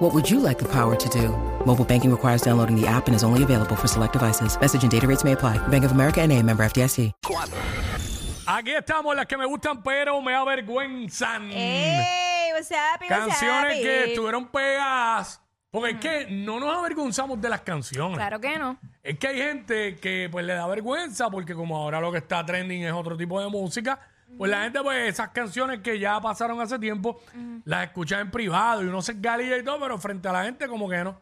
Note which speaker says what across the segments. Speaker 1: What would you like the power to do? Mobile banking requires downloading the app and is only available for select devices. Message and data rates may apply. Bank of America and a member FDIC.
Speaker 2: Aquí estamos, las que me gustan pero me avergüenzan.
Speaker 3: ¡Ey! What's happy, what's
Speaker 2: Mm. Canciones
Speaker 3: happy?
Speaker 2: que estuvieron pegadas. Porque es que no nos avergonzamos de las canciones.
Speaker 3: Claro que no.
Speaker 2: Es que hay gente que pues le da vergüenza porque como ahora lo que está trending es otro tipo de música, pues la gente pues esas canciones que ya pasaron hace tiempo las escucha en privado y uno se galilla y todo, pero frente a la gente como que no.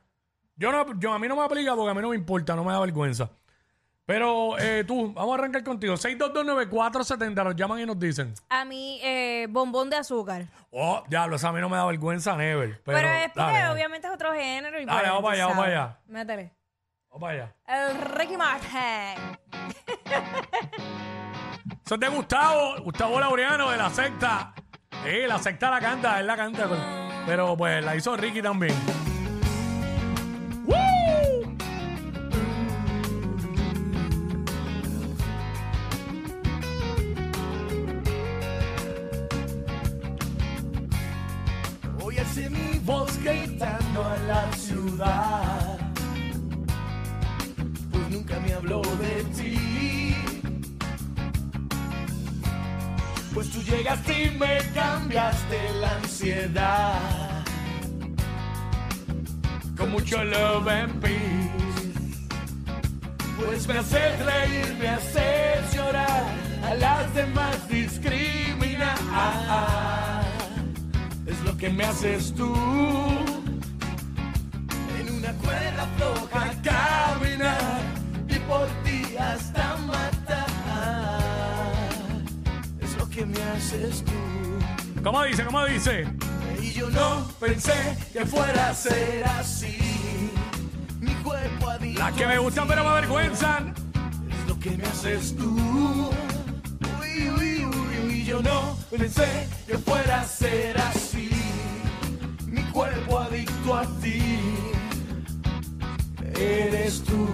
Speaker 2: Yo no yo a mí no me aplica porque a mí no me importa, no me da vergüenza. Pero eh, tú, vamos a arrancar contigo. 6229470 nos llaman y nos dicen.
Speaker 3: A mí, eh, bombón de azúcar.
Speaker 2: Oh, diablo, esa a mí no me da vergüenza, Never. Pero,
Speaker 3: Pero, es porque
Speaker 2: dale, dale.
Speaker 3: obviamente es otro género. Y
Speaker 2: Dale,
Speaker 3: pues,
Speaker 2: vamos
Speaker 3: tú
Speaker 2: allá, vamos
Speaker 3: sabes.
Speaker 2: allá.
Speaker 3: Métele.
Speaker 2: Vamos para allá.
Speaker 3: El Ricky Martin.
Speaker 2: Eso es de Gustavo, Gustavo Laureano de la secta. Eh, la secta la canta, él la canta. pero- Pero pues la hizo Ricky también. ¡Woo!
Speaker 4: Hoy hace mi voz gritando a la ciudad. Pues nunca me habló de ti. Pues tú llegaste y me cambiaste la ansiedad.
Speaker 2: Con mucho love and peace.
Speaker 4: Pues me haces reír, me haces llorar. A las demás discriminar. Es lo que me haces tú. En una cuerda floja caminar. Y por ti hasta matar. Es lo que me haces tú.
Speaker 2: ¿Cómo dice? ¿Cómo dice?
Speaker 4: Y yo no pensé que fuera a ser así. Mi cuerpo ha dicho
Speaker 2: Las que me gustan pero me avergüenzan.
Speaker 4: es lo que me haces tú. Uy, uy, uy, uy, yo no pensé que fuera a ser así. Mi cuerpo adicto a ti, eres tú.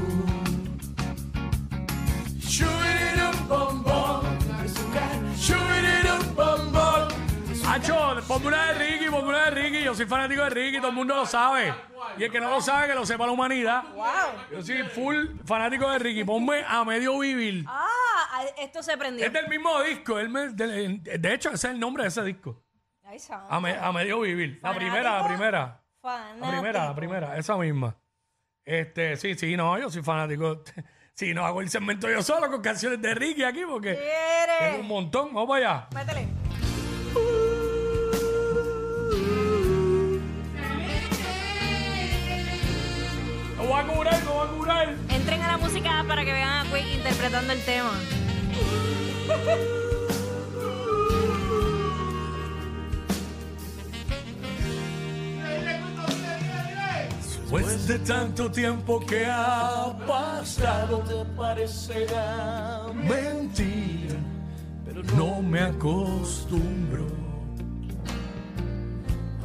Speaker 4: Shoo-it-it-up, bom, bom, azúcar. Shoo-it-it-up, bom, bom.
Speaker 2: Hacho, ponme una de Ricky, ponme una de Ricky. Yo soy fanático de Ricky, todo el mundo lo sabe. Y el que no lo sabe, que lo sepa la humanidad. Yo soy full fanático de Ricky. Ponme a medio vivir.
Speaker 3: Ah, esto se prendió.
Speaker 2: Es del mismo disco. él me- del- de hecho, ese es el nombre de ese disco.
Speaker 3: Ahí está.
Speaker 2: A, me- a medio vivir. La primera, la primera. Ah, La
Speaker 3: Fanático.
Speaker 2: primera, la primera. Esa misma. Este, sí, sí, no, yo soy fanático. Si no hago el segmento yo solo con canciones de Ricky aquí porque tengo un
Speaker 3: ¿Quieres?
Speaker 2: montón. Vamos para allá.
Speaker 3: Métele.
Speaker 2: No voy a curar, no voy a curar.
Speaker 3: Entren a la música para que vean a Queen interpretando el tema.
Speaker 2: Después de tanto tiempo que ha pasado,
Speaker 4: Te parecerá mentira, pero no.
Speaker 2: no me acostumbro.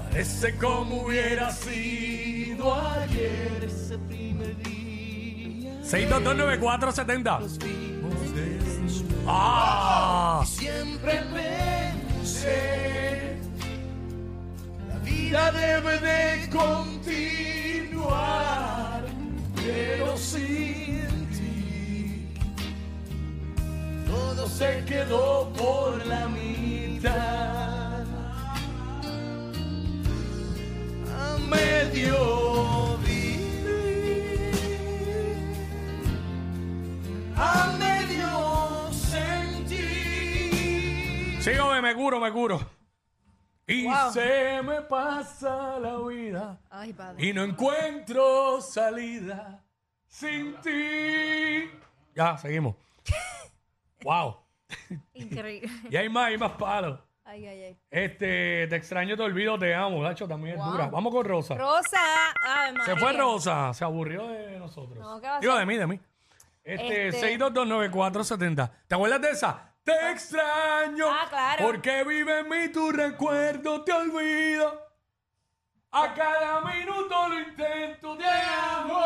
Speaker 2: Parece como hubiera sido.
Speaker 4: sido ayer ese primer día.
Speaker 2: 6229470.
Speaker 4: Vimos desnudos.
Speaker 2: ¡Ah!
Speaker 4: Siempre pensé, la vida debe de continuar, pero sin ti. Todo se quedó por la mitad. A medio vivir a medio sentir.
Speaker 2: Sígame, me curo, me curo. Y
Speaker 3: Wow.
Speaker 2: se me pasa la vida
Speaker 3: Ay, padre.
Speaker 2: y no encuentro salida sin ti. Ya, seguimos. wow.
Speaker 3: Increíble.
Speaker 2: Y hay más, hay más palos.
Speaker 3: Ay, ay, ay.
Speaker 2: Este, te extraño, te olvido, te amo, Nacho, también es dura. Vamos con Rosa.
Speaker 3: Rosa. Ay,
Speaker 2: se fue
Speaker 3: María.
Speaker 2: Rosa, se aburrió de nosotros.
Speaker 3: No, ¿qué va a
Speaker 2: Digo,
Speaker 3: hacer?
Speaker 2: de mí, de mí. Este,
Speaker 3: Este-
Speaker 2: 6229470. ¿Te acuerdas de esa? Te extraño.
Speaker 3: Ah, claro.
Speaker 2: Porque vive en mí tu recuerdo, te olvido. A cada minuto lo intento, te amo.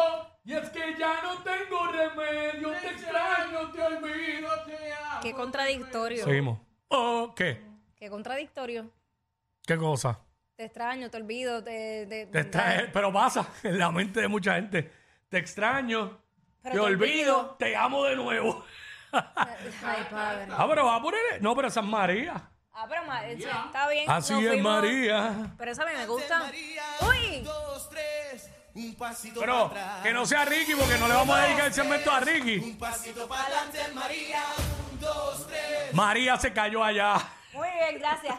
Speaker 2: Y es que ya no tengo remedio, te extraño, te olvido, te amo.
Speaker 3: Qué contradictorio.
Speaker 2: Seguimos. Oh, ¿qué?
Speaker 3: Qué contradictorio.
Speaker 2: ¿Qué cosa?
Speaker 3: Te extraño, te olvido, te... te-
Speaker 2: Te extrae, pero pasa en la mente de mucha gente. Te extraño,
Speaker 3: Pero
Speaker 2: te
Speaker 3: te
Speaker 2: olvido,
Speaker 3: olvido.
Speaker 2: te amo de nuevo.
Speaker 3: Ay, padre.
Speaker 2: Ah, pero va a poner. No, pero esa es María.
Speaker 3: Ah, pero ma- está bien.
Speaker 2: Así
Speaker 3: nos
Speaker 2: es,
Speaker 3: fuimos.
Speaker 2: María.
Speaker 3: Pero esa a mí me gusta. ¡Uy!
Speaker 5: Dos, tres, un pasito
Speaker 2: Pero
Speaker 5: para atrás.
Speaker 2: que no sea Ricky, porque no le vamos a dedicar el segmento a Ricky.
Speaker 5: Un pasito para adelante, María. Un, dos, tres.
Speaker 2: María se cayó allá.
Speaker 3: Muy bien, gracias.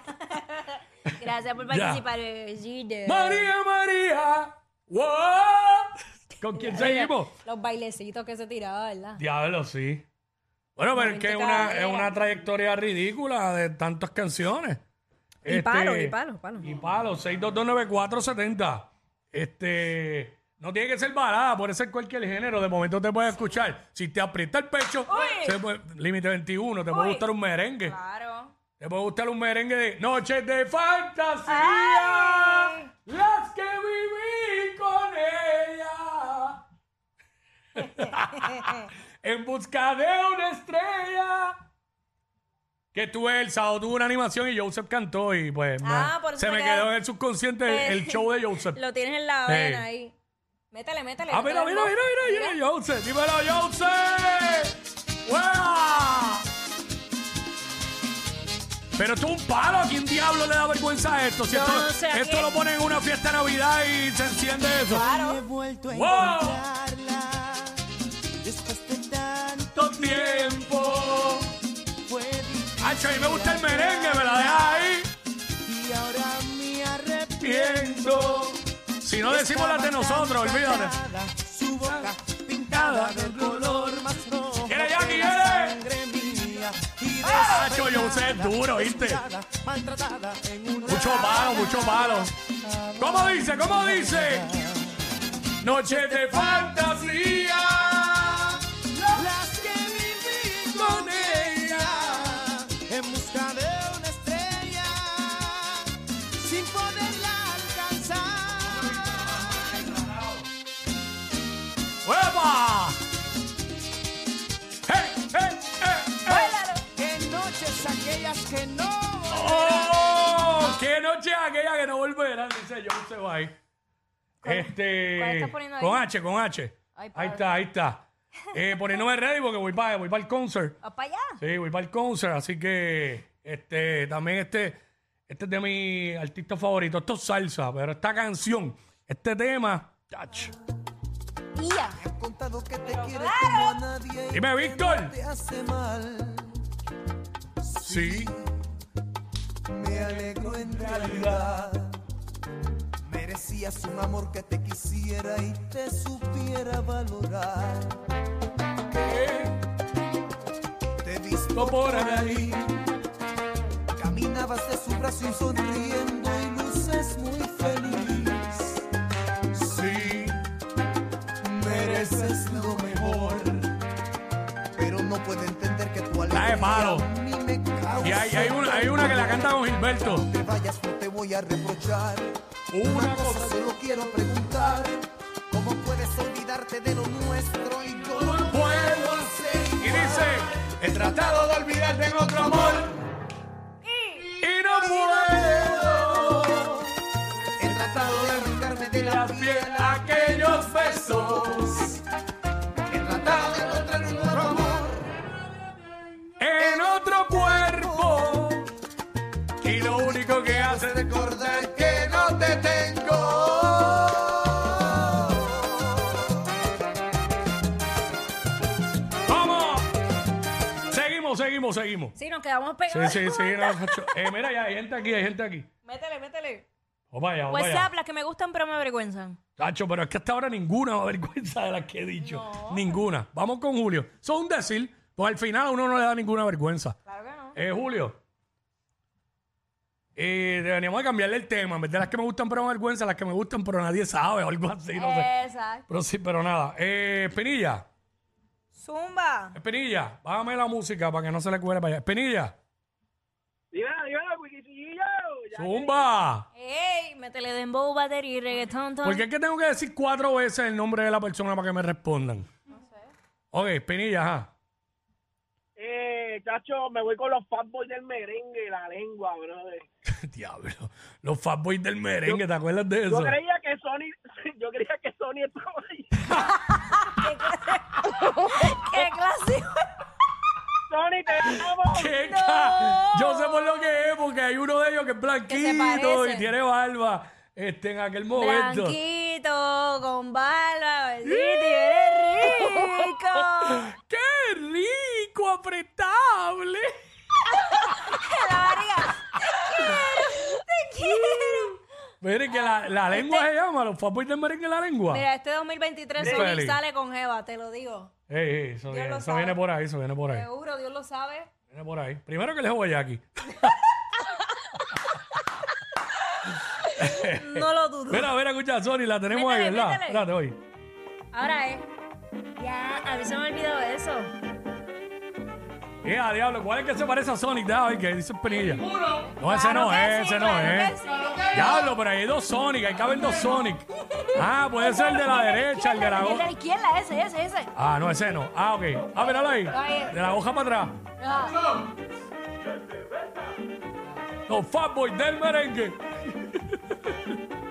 Speaker 3: gracias por
Speaker 2: Ya.
Speaker 3: participar. eh, Gide.
Speaker 2: María, María. Wow. ¿Con quién seguimos?
Speaker 3: Los bailecitos que se tiraba, ¿verdad?
Speaker 2: Diablo, sí. Bueno, pero es que es una, es
Speaker 3: Cabrera.
Speaker 2: una trayectoria ridícula de tantas canciones.
Speaker 3: Y palo, y palo, palo.
Speaker 2: Este, Y palo, 6229470. Este, no tiene que ser balada, puede ser cualquier género. De momento te puede escuchar. Si te aprieta el pecho,
Speaker 3: Uy.
Speaker 2: se puede- límite 21, te puede
Speaker 3: Uy.
Speaker 2: gustar un merengue.
Speaker 3: Claro.
Speaker 2: Te puede gustar un merengue de Noches de Fantasía.
Speaker 3: Ay.
Speaker 2: Las que viví con ella. en busca de una estrella. Que tú, Elsa, o tuvo una animación y Joseph cantó y pues
Speaker 3: Ah,
Speaker 2: me-
Speaker 3: por eso
Speaker 2: se
Speaker 3: te
Speaker 2: me
Speaker 3: queda-
Speaker 2: quedó en el subconsciente el- el show de Joseph.
Speaker 3: Lo tienes en
Speaker 2: Ey.
Speaker 3: la vena ahí. Métele, métele.
Speaker 2: Ah,
Speaker 3: métele
Speaker 2: mira,
Speaker 3: el
Speaker 2: mira,
Speaker 3: mo-
Speaker 2: mira, mira, mira, Joseph. Dímelo, Joseph. ¡Uah! Pero esto es un palo. ¿A quién diablo le da vergüenza a esto? Si esto,
Speaker 3: No sé, ¿a
Speaker 2: esto
Speaker 3: quién?
Speaker 2: lo ponen en una fiesta de Navidad y se enciende eso.
Speaker 4: He vuelto a
Speaker 2: Wow.
Speaker 4: encontrarla. Después de tanto
Speaker 2: Tanto tiempo.
Speaker 4: fue difícil
Speaker 2: Hacho, a mí me gusta el merengue, me la deja ahí.
Speaker 4: y ahora me arrepiento.
Speaker 2: Pienso. Si no decimos las de
Speaker 4: Estaba
Speaker 2: nosotros,
Speaker 4: tan
Speaker 2: olvídate. Ah.
Speaker 4: callada, Su boca pintada del color más rojo.
Speaker 2: Viene, Jackie,
Speaker 4: que
Speaker 2: viene.
Speaker 4: la sangre mía y
Speaker 2: Ah, Hacho, yo usé
Speaker 4: desesperada,
Speaker 2: el duro, ¿viste?
Speaker 4: descuidada, Maltratada en una
Speaker 2: Mucho palo, mucho palo. ¿Cómo dice? ¿Cómo dice? Noche de fantasía.
Speaker 4: Las que viví
Speaker 2: Con
Speaker 4: con
Speaker 2: ella.
Speaker 4: ella en busca de una estrella sin poderla alcanzar.
Speaker 2: ¡Hueva! ¡Hey, hey, hey, hey!
Speaker 3: Báilalo.
Speaker 4: En noches aquellas que no
Speaker 2: ¡Oh! ¡Qué noche aquella que no volverá! Dice John Sebay.
Speaker 3: ¿Cuál-
Speaker 2: Este.
Speaker 3: cuál estás poniendo ahí?
Speaker 2: Con H, con H.
Speaker 3: Ay,
Speaker 2: ahí
Speaker 3: padre.
Speaker 2: está, ahí está. Eh, poniéndome ready porque voy para, voy para el concert.
Speaker 3: Va para allá.
Speaker 2: Sí, voy para el concert, así que este también este este es de mis artistas favoritos. Esto es salsa, pero esta canción, este tema, chach.
Speaker 3: Tía.
Speaker 4: he contado que te quiere como a nadie y
Speaker 2: Dime, Víctor.
Speaker 4: te hace mal.
Speaker 2: Sí.
Speaker 4: Me alegro en realidad. Merecías un amor que te quisiera y te supiera valorar. Te visto por ahí. Caminabas de su brazo y sonriendo y luces muy feliz.
Speaker 2: Sí.
Speaker 4: Mereces lo mejor. Pero no puedo entender que tu alegría
Speaker 2: Dale, palo.
Speaker 4: a mí me causa
Speaker 2: Y hay, hay una, hay una que la canta con Gilberto.
Speaker 4: te vayas no te voy a reprochar.
Speaker 2: Una cosa.
Speaker 4: Cosa solo quiero preguntar. ¿Cómo puedes olvidarte de lo nuestro y yo no puedo hacer?
Speaker 2: Y dice, he tratado de olvidarte en otro amor. Y no puedo.
Speaker 4: He tratado de arrancarme de la
Speaker 2: Las
Speaker 4: piel.
Speaker 2: piel aquellos besos.
Speaker 4: He tratado de encontrar un nuevo amor.
Speaker 2: en otro cuerpo. Y lo único que hace es
Speaker 4: Recordar que no te tengo.
Speaker 2: ¡Vamos! Seguimos, seguimos, seguimos.
Speaker 3: Sí, nos quedamos pegados.
Speaker 2: Sí, sí, sí. no, macho. Eh, mira, ya hay gente aquí, hay gente aquí.
Speaker 3: Métele, métele.
Speaker 2: Vamos allá, vamos allá.
Speaker 3: WhatsApp, las que me gustan pero me avergüenzan.
Speaker 2: Tacho, pero es que hasta ahora ninguna vergüenza de las que he dicho.
Speaker 3: No.
Speaker 2: Ninguna. Vamos con Julio. Son un decir, pues al final a uno no le da ninguna vergüenza.
Speaker 3: Claro que no.
Speaker 2: Eh, Julio. Eh, deberíamos de cambiarle el tema. En vez de las que me gustan pero me vergüenza, las que me gustan
Speaker 3: Eh.
Speaker 2: pero nadie sabe o algo así, no sé.
Speaker 3: Exacto.
Speaker 2: Pero sí, pero nada. Eh, Pinilla.
Speaker 3: Zumba.
Speaker 2: Espinilla, bájame la música para que no se le cuele para allá. Espinilla,
Speaker 6: Dímelo, dímelo, Wikitillo. Ya
Speaker 2: zumba.
Speaker 3: ¡Ey! Métele dembow, batería y reggaetón. ton.
Speaker 2: ¿Por qué es que tengo que decir cuatro veces el nombre de la persona para que me respondan? No sé. Ok, Espinilla, ajá.
Speaker 6: que- Eh, chacho, me voy con los fanboys del merengue, la lengua, brother.
Speaker 2: Diablo, los fanboys del merengue, ¿te acuerdas de
Speaker 6: Yo
Speaker 2: eso?
Speaker 6: creía que Sony, yo creía que Sony estaba ahí.
Speaker 3: ¡Qué clase!
Speaker 6: Sony, te amo.
Speaker 2: ¡Qué ca- Yo sé por lo que es, porque hay uno de ellos que es blanquito
Speaker 3: parece.
Speaker 2: y tiene barba este, en aquel momento.
Speaker 3: Blanquito, con barba, besito, y eres rico.
Speaker 2: ¡Qué rico, apretable!
Speaker 3: La barriga. Te quiero, te quiero.
Speaker 2: Mire que la, la lengua se llama, los fanboys del merengue la lengua.
Speaker 3: Este Mira, este 2023
Speaker 2: Bien
Speaker 3: Sony
Speaker 2: feliz.
Speaker 3: sale con Jeva, te lo digo.
Speaker 2: Ey, ey, eso,
Speaker 3: Dios
Speaker 2: viene,
Speaker 3: lo
Speaker 2: eso
Speaker 3: sabe.
Speaker 2: viene por ahí, eso viene por ahí.
Speaker 3: Seguro, Dios lo sabe.
Speaker 2: Viene por ahí. Primero que le juego a Jackie.
Speaker 3: No lo dudo.
Speaker 2: Mira, mira, escucha, Sony, la tenemos ahí,
Speaker 3: Métele,
Speaker 2: ¿verdad?
Speaker 3: métele.
Speaker 2: Espérate, oye.
Speaker 3: Ahora es. Ya, a mí se me ha olvidado eso.
Speaker 2: Eh, a diablo, ¿cuál es que se parece a Sonic? Déjame ver, que dice Penilla. No, ese
Speaker 3: Claro
Speaker 2: no
Speaker 3: que
Speaker 2: es, ese
Speaker 3: sí,
Speaker 2: no
Speaker 3: claro
Speaker 2: es.
Speaker 3: que sí.
Speaker 2: Diablo, pero ahí hay dos Sonic, ahí caben dos Sonic. Ah, puede ser el de la derecha, el de la
Speaker 3: El de
Speaker 2: hoja.
Speaker 3: la izquierda, ese, ese, ese.
Speaker 2: Ah, no, ese no. Ah, ok. Ah, míralo ahí. De la hoja para atrás.
Speaker 3: Ah,
Speaker 2: Los fanboys del merengue.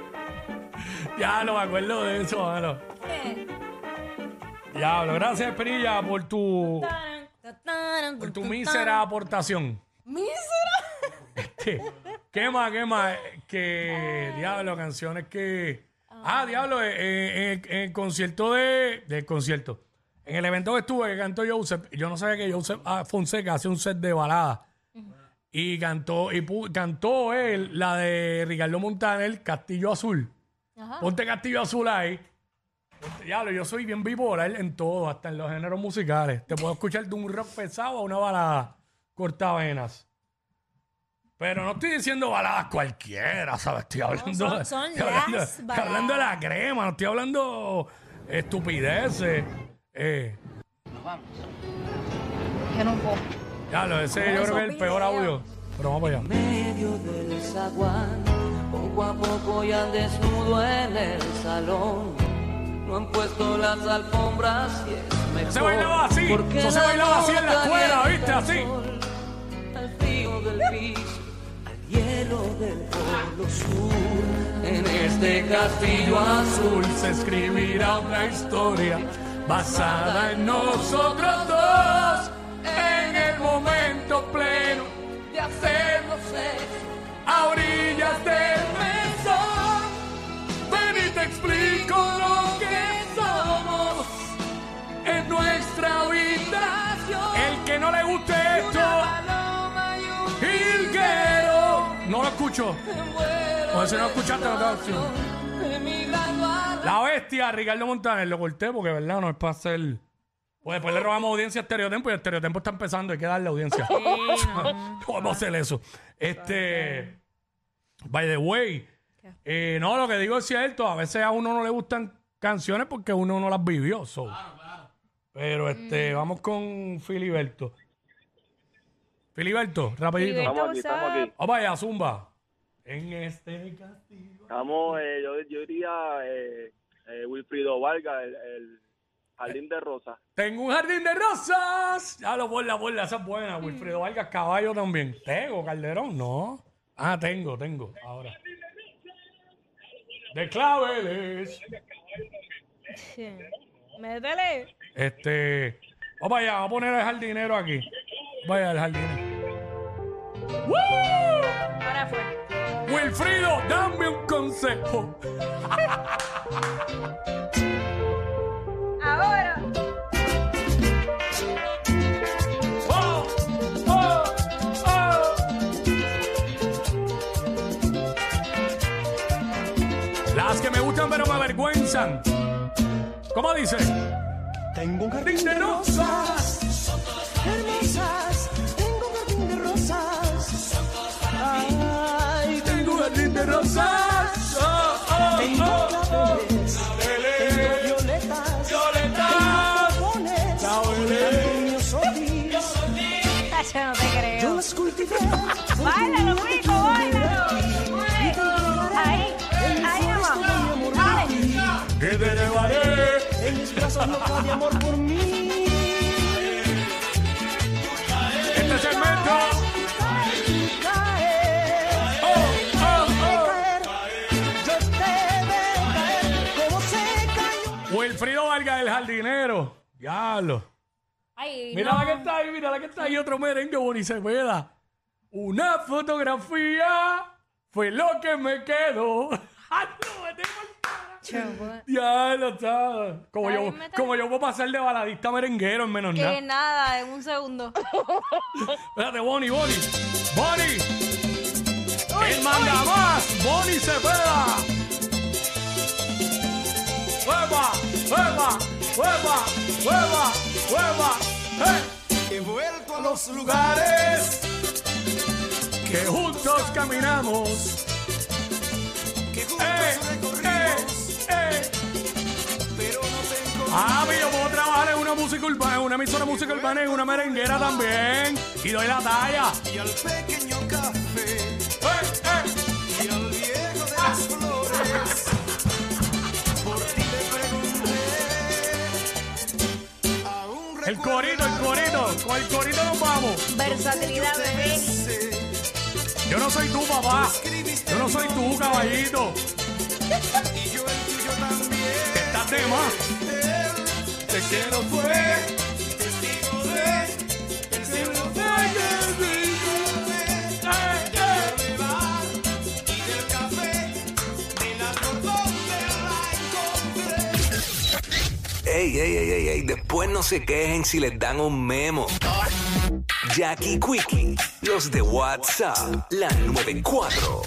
Speaker 2: ya no me acuerdo de eso, mano.
Speaker 3: ¿qué?
Speaker 2: Diablo, gracias, Penilla, por tu,
Speaker 3: Taran, tataran,
Speaker 2: por tu
Speaker 3: tun, tun,
Speaker 2: mísera aportación.
Speaker 3: tan. ¿Mísera?
Speaker 2: ¿Qué, qué más, qué más? Eh, Que, diablo, canciones que... Ah, diablo, eh, eh, en, el- en el concierto de... Del concierto. En el evento que estuve, que cantó Joseph, yo no sabía que Joseph ah, Fonseca hace un set de balada. Y cantó, y pu- cantó él la de Ricardo Montaner, Castillo Azul.
Speaker 3: Ajá.
Speaker 2: Ponte Castillo Azul ahí. Ponte- Diablo, yo soy bien bipolar en todo, hasta en los géneros musicales. Te puedo escuchar de un rock pesado a una balada cortavenas. Pero no estoy diciendo baladas cualquiera, ¿sabes? Estoy hablando,
Speaker 3: son- son
Speaker 2: estoy hablando-
Speaker 3: las
Speaker 2: estoy hablando de la crema, no estoy hablando estupideces. Eh,
Speaker 7: Yo no puedo.
Speaker 2: diablo, ese yo creo que es el peor audio. Pero vamos allá.
Speaker 8: medio del zaguán, poco a poco ya desnudo en el salón. No han puesto las alfombras y es mejor.
Speaker 2: Se bailaba así,
Speaker 8: porque
Speaker 2: eso se
Speaker 8: la
Speaker 2: bailaba así en la
Speaker 8: nota
Speaker 2: escuela, ¿viste?
Speaker 8: calienta al
Speaker 2: Así.
Speaker 8: sol, Al frío del piso, al hielo del polo sur. En este castillo
Speaker 2: Río
Speaker 8: azul.
Speaker 2: azul se escribirá una historia basada en nosotros dos en el momento pleno de hacernos sexo a orillas del mesón. Ven y te explico lo que somos en nuestra habitación. El que no le guste esto, Hilguero, no lo escucho. O
Speaker 8: Pues,
Speaker 2: si no escuchaste la canción. La bestia, Ricardo Montaner, lo corté porque, ¿verdad? No es para hacer. Pues después le robamos audiencia a Estereotempo y Estereotempo está empezando, hay que darle audiencia. no vamos a hacer eso. Este. By the way, eh, no, lo que digo es cierto. A veces a uno no le gustan canciones porque uno no las vivió. so. Pero este, vamos con Filiberto. Filiberto, rapidito.
Speaker 3: Filiberto.
Speaker 6: Estamos aquí, estamos aquí.
Speaker 2: Vamos allá, Zumba. En este castillo.
Speaker 6: Estamos, eh, yo, yo diría eh, eh, Wilfrido Vargas, el, el jardín de rosa.
Speaker 2: Tengo un jardín de rosas. Ya lo borla, borla, esa es buena. Wilfredo Vargas, caballo también. Tengo, Calderón, no. Ah, tengo, tengo. Ahora. De claveles.
Speaker 3: Sí. Métele.
Speaker 2: Este. Vamos allá, vamos a poner al jardinero aquí. Vaya, el jardinero. ¡Woo!
Speaker 3: Ahora fue.
Speaker 2: Wilfrido, dame un consejo.
Speaker 3: Ahora.
Speaker 2: ¡Oh! ¡Oh! ¡Oh! Las que me gustan pero me avergüenzan. ¿Cómo dice?
Speaker 4: Tengo un
Speaker 2: jardín de
Speaker 4: rosas, hermosas. Tengo un jardín de rosas. Ay,
Speaker 2: Tengo un jardín de rosas. Oh, oh,
Speaker 4: tengo claveles, tengo violetas,
Speaker 2: Violeta.
Speaker 4: pones.
Speaker 2: La violeta.
Speaker 3: no te creo. Báilalo, Pico, báilalo. Ahí, ahí nomás. Dale.
Speaker 2: Que te llevaré.
Speaker 4: En mis brazos no cabe amor por mí.
Speaker 2: Este segmento.
Speaker 4: Oh, Yo te veo caer como se cayó.
Speaker 2: Wilfrido Vargas del jardinero. Diablo.
Speaker 3: Ay,
Speaker 2: Mira
Speaker 3: no.
Speaker 2: la que está ahí, mira la que está ahí. Otro merengue, Bonnie Cepeda. Una fotografía fue lo que me quedó. ¡Ay, no, vete por cara!
Speaker 3: Chavo.
Speaker 2: Diablo, está. Como
Speaker 3: Está
Speaker 2: yo,
Speaker 3: bien, meta-
Speaker 2: como yo puedo pasar de baladista a merenguero en menos
Speaker 3: Que
Speaker 2: nada.
Speaker 3: nada, en un segundo.
Speaker 2: Espérate, Bonnie, Bonnie. Bonnie. El manda más. Bonnie Cepeda. ¡Hueva! ¡Hueva! ¡Hueva! ¡Hueva! ¡Hueva! ¡Eh!
Speaker 4: He vuelto a los lugares
Speaker 2: que juntos caminamos.
Speaker 4: que juntos
Speaker 2: ¡Eh! ¡Eh!
Speaker 4: recorrimos,
Speaker 2: ¡Eh!
Speaker 4: pero no te encontré.
Speaker 2: Ah, yo puedo trabajar en una música urbana, en una emisora de música urbana, en una merenguera también. Y doy la talla.
Speaker 4: Y al pequeño café
Speaker 2: ¡Eh! ¡Eh!
Speaker 4: y al viejo de las flores, por ti te pregunté. Aún
Speaker 2: El corito, el corito. Con el corito nos vamos.
Speaker 3: Versatilidad, bebé.
Speaker 2: Yo no soy tú, papá. Yo no soy tú, caballito.
Speaker 4: Y yo el tuyo también.
Speaker 2: Que estás de más.
Speaker 4: Te quiero fue testigo de el cielo de que
Speaker 2: ¡Eh! ¡Eh!
Speaker 4: de bar y del café de la donde la encontré.
Speaker 7: Ey, ey, ey, ey, ey, después no se quejen si les dan un memo. Jackie Quickie, los de WhatsApp, la 94.